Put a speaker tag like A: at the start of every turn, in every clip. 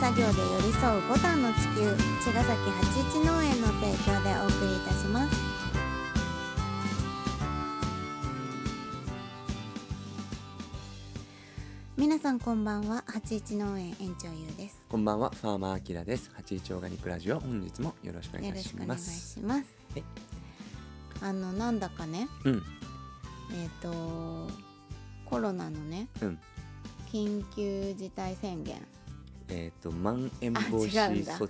A: 作業で寄り添うボタンの地球茅ヶ崎八一農園の提供でお送りいたします皆さんこんばんは八一農園園長ゆうです
B: こんばんは、ファーマーアキラです。八一オーガニックラジオ、本日もよろしくお願
A: よ
B: い
A: ろ
B: し
A: しくお願
B: ま
A: い
B: す。
A: します
B: はい
A: あのなんだかね
B: うん、
A: えっ、とコロナのね
B: うん、
A: 緊急事態宣 言
B: えっ、と、まん延
A: あ
B: 防止
A: 違うんだ
B: 措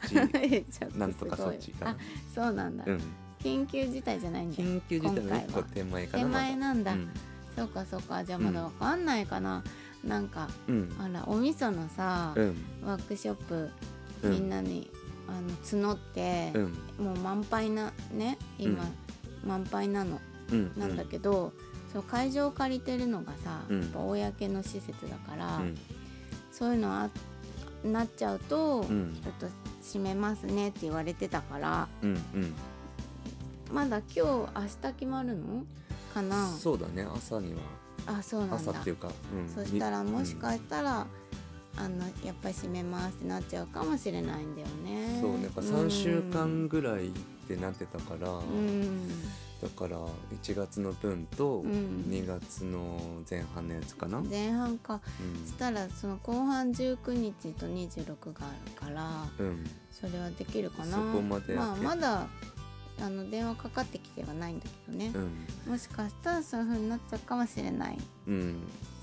B: 置、 なんとか措置か
A: あ
B: な。
A: そうなんだ、
B: うん、
A: 緊急事態じゃないんだ
B: 緊急事態の一
A: 今回
B: 個
A: は
B: 手前かな。
A: 手
B: まだ
A: 前なんだ、
B: うん、
A: そうかそうかじゃあまだわかんないかな、なんか
B: うん、
A: あらお味噌のさ、
B: うん、
A: ワークショップ
B: うん
A: みんなに、あの募って
B: う、ん、
A: もう満杯なね今、満杯なの
B: うん、
A: なんだけど、そう会場を借りてるのがさ、
B: うん
A: やっぱ公の施設だから、
B: うん、
A: そういうのあなっちゃうと、
B: うん
A: ちょっと閉めますねって言われてたから
B: うん、うん、
A: まだ今日明日決まるのかな
B: そうだね、朝には、
A: あそうなんだ
B: 朝っていうか、うん、
A: そしたら
B: に
A: もしかしたら、あのやっぱり閉めますってなっちゃうかもしれないんだよね。
B: そうね、やっぱ三週間ぐらいってなってたから、
A: うん
B: だから一月の分と
A: うん
B: 二月の前半のやつかな。
A: う
B: うんん
A: 前半かそしたらその後半19日と26があるから
B: うん、
A: それはできるかな
B: そこまで
A: まあ
B: 開け
A: まだあの電話かかってきてはないんだけどね
B: う、ん、
A: もしかしたらそういう風になっちゃうかもしれない
B: うん、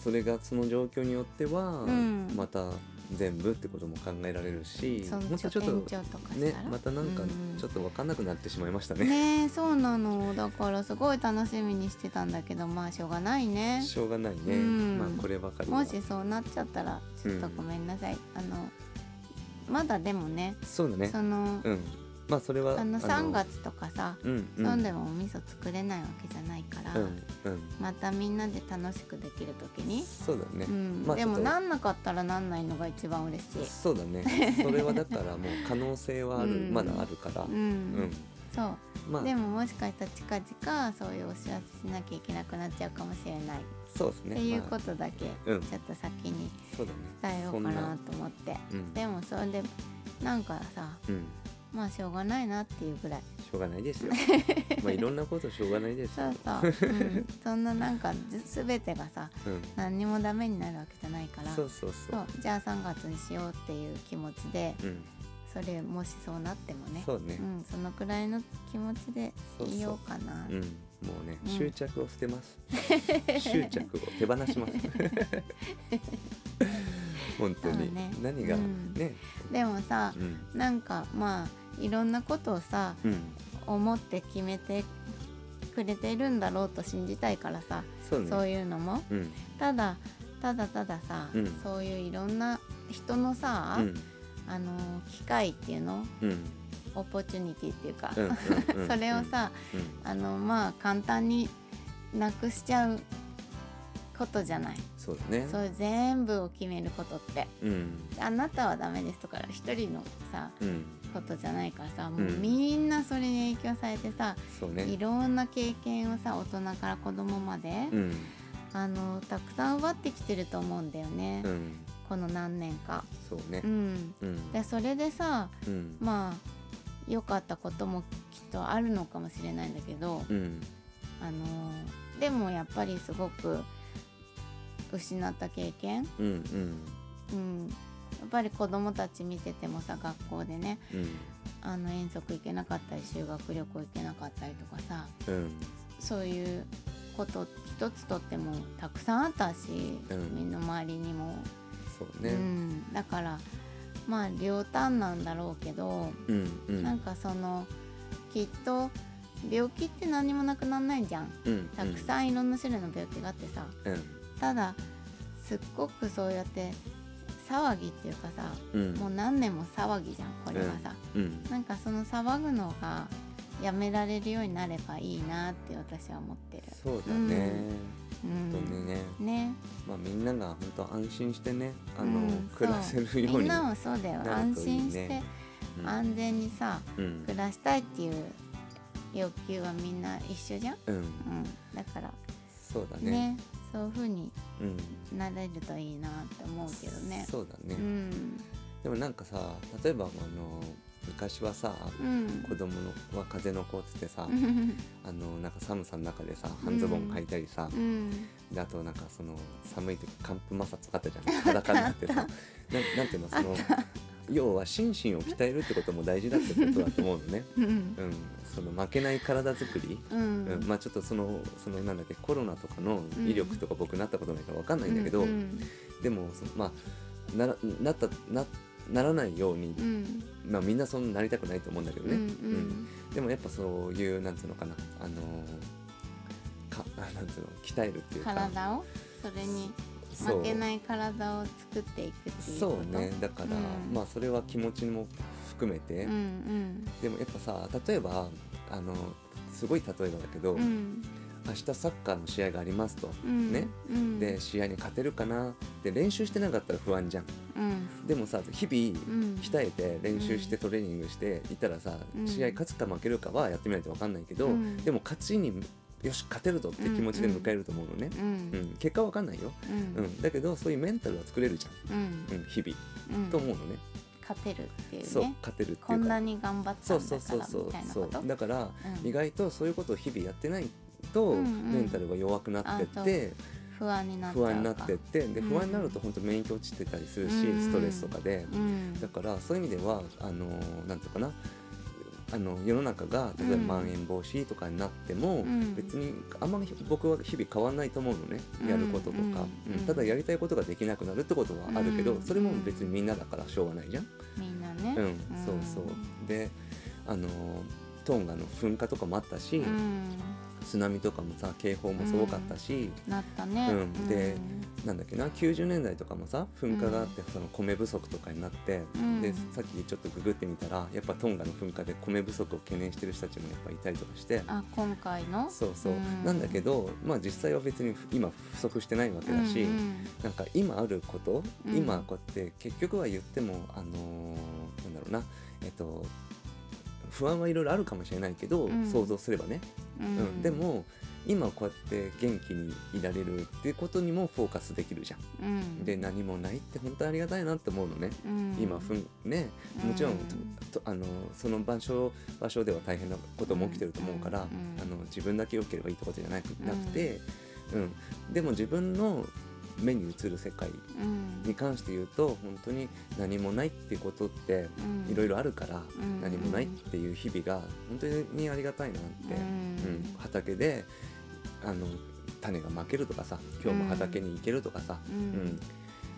B: それがその状況によっては、
A: うん
B: また全部ってことも考えられるし
A: その
B: もっとちょっ
A: 延
B: と
A: 長とかし
B: ね
A: たら、
B: またなんか
A: うん
B: ちょっと分かんなくなってしまいましたね。
A: ねえそうなのだからすごい楽しみにしてたんだけどまあしょうがないね
B: しょうがないね、
A: うん
B: まあこればかりは
A: もしそうなっちゃったらちょっとごめんなさい、あのまだでもね
B: そうだね
A: その、
B: うんまあそれは
A: あの3月とかさ、
B: うんうん
A: 飲んでもお味噌作れないわけじゃないから、
B: うんうん
A: またみんなで楽しくできる時に、
B: そうだね、
A: うん
B: まあ
A: でも
B: ちょっと
A: なんなかったらなんないのが一番嬉しい、
B: そうだねそれはだからもう可能性はある、
A: うん
B: まだあるから、
A: うん
B: うん
A: そう、
B: まあ
A: でももしかしたら近々そういうお知らせしなきゃいけなくなっちゃうかもしれない、
B: そうですね
A: っていうこ
B: ま
A: とだけ、
B: あうん
A: ちょっと先に
B: あ、そうだね
A: 伝えようかなと思って
B: そんな
A: でもそれでなんかさ
B: うん、うん
A: まあしょうがないなっていうぐらい
B: しょうがない ですよ。まあいろんなことしょうがないです
A: そ
B: よ
A: う。そう、 うん、そんななんかず全てがさ
B: うん。
A: 何にもダメになるわけじゃないから
B: そうそうそ
A: そう
B: う。
A: じゃあ3月にしようっていう気持ちで
B: うん。
A: それもしそうなってもね
B: そうね
A: う。ん、そのくらいの気持ちで
B: そうそう
A: いようかな
B: うん。もうね、
A: うん
B: 執着を捨 てます。執着を手放します。本当
A: そう
B: に
A: ね。
B: 何が
A: うん
B: ね。
A: でもさ
B: うん。
A: なんかまあいろんなことをさ
B: うん。
A: 思って決めてくれてるんだろうと信じたいからさ
B: そう
A: そう
B: ね。
A: いうのも
B: うん。
A: ただただたださ、
B: うん
A: そういういろんな人のさ、
B: うん。
A: あの機会っていうの
B: うん。
A: オポチュニティっていうか、
B: うんうん。うん
A: それを。さ、
B: うん。
A: あのまあ簡単になくしちゃうことじゃない、
B: そうだね。
A: そういう全部を決めることって
B: うん。
A: あなたはダメですとか一人のさ
B: うん。
A: ことじゃないからさもううんみんなそれに影響されてさ、
B: そうね
A: い。ろんな経験をさ大人から子供まで、
B: うん。
A: あのたくさん奪ってきてると思うんだよね、
B: うん。
A: この何年か。
B: そうね
A: う。ん、
B: うん。
A: でそれでさ
B: うん。
A: まあ良かったこともきっとあるのかもしれないんだけ ど、
B: うん。
A: あのーでもやっぱりすごく失った経験、
B: うん。うん。
A: うん、やっぱり子供たち見ててもさ学校でね
B: うん。
A: あの遠足行けなかったり修学旅行行けなかったりとかさ
B: うん。
A: そういうこと一つとってもたくさんあったし、
B: うん
A: みんな周りにも、
B: そう
A: う
B: ね。
A: ん、だからまあ両端なんだろうけど、
B: うん。うん。
A: なんかそのきっと病気って何もなくなんないじゃん
B: うん。
A: たくさんいろんな種類の病気があってさ、
B: うん。
A: ただすっごくそうやって騒ぎっていうかさ
B: うん。
A: もう何年も騒ぎじゃんこれがさ、
B: うん。
A: なんかその騒ぐのがやめられるようになればいいなって私は思ってる。
B: そうだね。
A: う
B: 本
A: ん
B: 当にね、
A: ね、
B: まあみんなが本当安心してね、あの、
A: うん
B: 暮らせるよ
A: み
B: うに。
A: んなもそうだよ
B: なる
A: 安
B: といいね
A: 心して
B: うん
A: 安全にさ
B: うん
A: 暮らしたいっていう欲求はみんな一緒じゃん、
B: うん、
A: うん、だから
B: そうだ
A: ね
B: ね。
A: そういう風に
B: うん。
A: なれるといいなって思うけどね。
B: そうだね。
A: うん
B: でもなんかさ例えばあの昔はさ
A: うん
B: 子供のは風邪の子っつってさ、
A: うん
B: あのなんか寒さの中でさ半ズボン履いたりさ、
A: うん
B: であとなんかその寒い時寒風摩擦とかあったじゃん裸に なってさなんなんていうのその要は心身を鍛えるってことも大事だってことだと思うのね
A: うん
B: うんその負けない体づくり
A: うん
B: うんまあちょっとそのそのなんだっけコロナとかの威力とか僕なったことないから分かんないんだけど、
A: うん
B: でもそまあならなったなならないように、
A: うん
B: まあ、みんなそんななりたくないと思うんだけど
A: うんう
B: ね、
A: ん
B: でもやっぱそういうなんつうのかなあのーか あなんつうの鍛えるっていうか
A: 体をそれに
B: そう
A: 負けない体を作っていくっていうこと
B: そうねだから、
A: うん
B: まあそれは気持ちも含めて、
A: うんうん
B: でもやっぱさ例えばあのすごい例えばだけど、
A: うん
B: 明日サッカーの試合がありますと。
A: うん
B: ね
A: うん
B: で試合に勝てるかなって練習してなかったら不安じゃん
A: うん
B: でもさ日々
A: うん
B: 鍛えて練習してトレーニングしていたらさ、
A: うん
B: 試合勝つか負けるかはやってみないと分かんないけど、
A: うん
B: でも勝ちによし勝てるぞって気持ちで迎えると思うのね、
A: う
B: うんん結果は分かんないよ、
A: う
B: うんん、だけどそういうメンタルは作れるじ
A: うん
B: ゃん、うん、日々、
A: うん
B: と思うのね
A: 勝てるっていう
B: そう
A: ね
B: 勝てるっていうか
A: こんなに頑張った
B: そうんそう
A: だか
B: そう
A: ら
B: そ
A: み
B: う
A: たいな
B: そ
A: こと
B: うだから、
A: うん
B: 意外とそういうことを日々やってないと、
A: うんうん
B: メンタルが弱くなってって、
A: 不安になっちゃう
B: 不
A: か
B: 安になってってで
A: うん
B: 不安になると本当免疫落ちてたりするし、
A: うん
B: ストレスとかで、
A: うん
B: だからそういう意味ではあのなんていうかなあの世の中が例えば
A: うん
B: まん延防止とかになっても、
A: うん
B: 別にあんまり僕は日々変わんないと思うのね
A: うん
B: やることとか、
A: うん
B: うんただやりたいことができなくなるってことはあるけど、
A: うん
B: それも別にみんなだからしょうがないじゃん。
A: みんなね
B: うんそうそうであのトンガの噴火とかもあったし、
A: うん
B: 津波とかもさ警報もすごかったし、
A: なったね
B: うんでなんだっけな90年代とかもさ噴火があって、その米不足とかになって、
A: うん
B: でさっきちょっとググってみたらやっぱトンガの噴火で米不足を懸念してる人たちもやっぱいたりとかして
A: あ今回の
B: そうそう、
A: うん
B: なんだけどまあ実際は別に今不足してないわけだし、
A: うん
B: なんか今あること、
A: うん
B: 今こうやって結局は言ってもあのーなんだろうなえっと不安はいろいろあるかもしれないけど、
A: うん
B: 想像すればね、
A: うん
B: う
A: うんん
B: でも今こうやって元気にいられるっていうことにもフォーカスできるじゃん。
A: うん
B: で何もないって本当にありがたいなって思うのね、
A: うん
B: 今ふんねもちろん、とあのその場所場所では大変なことも起きてると思うか
A: う
B: ら、
A: ん
B: あの自分だけ良ければいいってことじゃなく
A: ん
B: なくて、うん、でも自分の目に映る世界
A: うん
B: に関して言うと本当に何もないっていうことって
A: うん
B: いろいろあるから、
A: うん
B: 何もないっていう日々が本当にありがたいなって、
A: うん
B: うん畑であの種が負けるとかさ今日も畑に行けるとかさ、
A: う
B: うんん、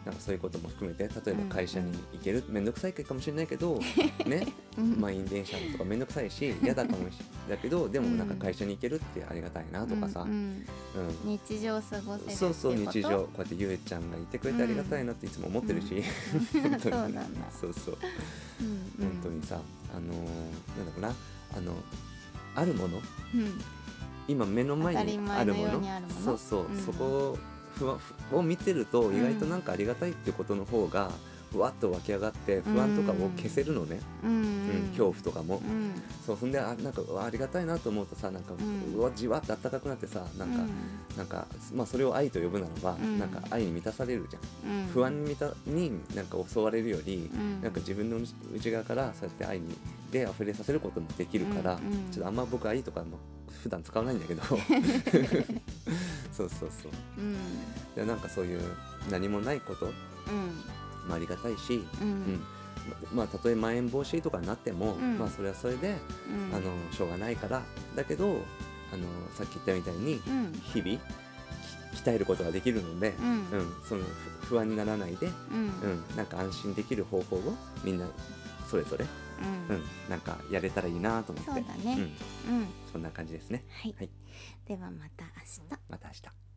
B: なんかそういうことも含めて例えば
A: うん
B: 会社に行ける面倒くさいかもしれないけど、 ね、
A: うん
B: 満員電車とか面倒くさいし嫌だかもしだけどでもなんか会社に行けるってありがたいなとかさ、
A: う
B: うん
A: ん日常を過ごせるってい
B: そうそう日
A: こと
B: 常こうやってゆえちゃんがいてくれてありがたいなっていつも思ってるし、
A: うん
B: 本当 に
A: そうなんだ
B: そうそう
A: うんうん
B: 本当にさ、あのーなんだろうなあのあるもの
A: うん
B: 今目の前にあるも
A: 当たり前のよ
B: の
A: うにあるもの
B: そうそう、
A: うん
B: そこをふわふを見てると
A: ん
B: 意外となんかありがたいってことの方がわっと湧き上がって不安とかを消せるのね、
A: うん
B: うん
A: うん
B: 恐怖とかも、
A: うん
B: そうそんであなんかうわありがたいなと思うとさなんか、
A: うん
B: うわじわっと暖かくなってさなんか、なんかまあそれを愛と呼ぶならば、
A: うん
B: なんか愛に満たされるじゃん、
A: うん
B: 不安に満たになんか襲われるより、
A: うん
B: なんか自分の内側からそうやって愛にで溢れさせることもできるから、
A: うんうん
B: ちょっとあんま僕愛とかも普段使わないんだ けどそうそうそう
A: うん
B: でなんかそういう何もないこと
A: うん
B: もありがたいし、
A: う
B: うん
A: ん
B: ままあたとえまん延防止とかになっても、
A: うん
B: まあそれはそれで、
A: うん
B: あのしょうがないからだけどあのさっき言ったみたいに
A: うん
B: 日々き鍛えることができるので、
A: うん
B: うんそのふ不安にならないで、
A: うんう
B: うんん、なんか安心できる方法をみんなそれぞれうん、なんかやれたらいいなと思って
A: そうだね
B: うん、
A: うん
B: そんな感じですね
A: はい
B: はい
A: ではまた明日
B: また明日